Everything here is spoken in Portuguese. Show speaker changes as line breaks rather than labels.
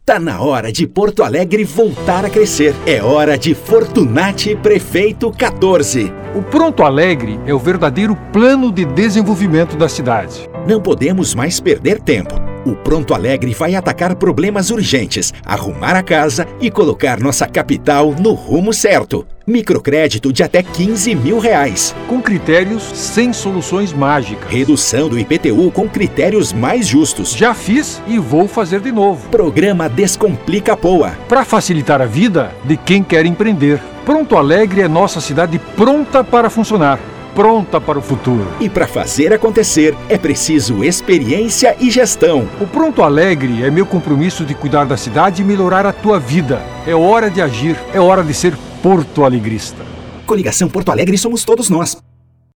Está Tá na hora de Porto Alegre voltar a crescer. É hora de Fortunati Prefeito 14.
O Pronto Alegre é o verdadeiro plano de desenvolvimento da cidade.
Não podemos mais perder tempo. O Pronto Alegre vai atacar problemas urgentes, arrumar a casa e colocar nossa capital no rumo certo. Microcrédito de até 15 mil reais.
Com critérios sem soluções mágicas.
Redução do IPTU com critérios mais justos.
Já fiz e vou fazer de novo.
Programa Descomplica Poa.
Para facilitar a vida de quem quer empreender. Pronto Alegre é nossa cidade pronta para funcionar pronta para o futuro.
E para fazer acontecer, é preciso experiência e gestão.
O Pronto Alegre é meu compromisso de cuidar da cidade e melhorar a tua vida. É hora de agir, é hora de ser porto-alegrista.
Coligação Porto Alegre somos todos nós.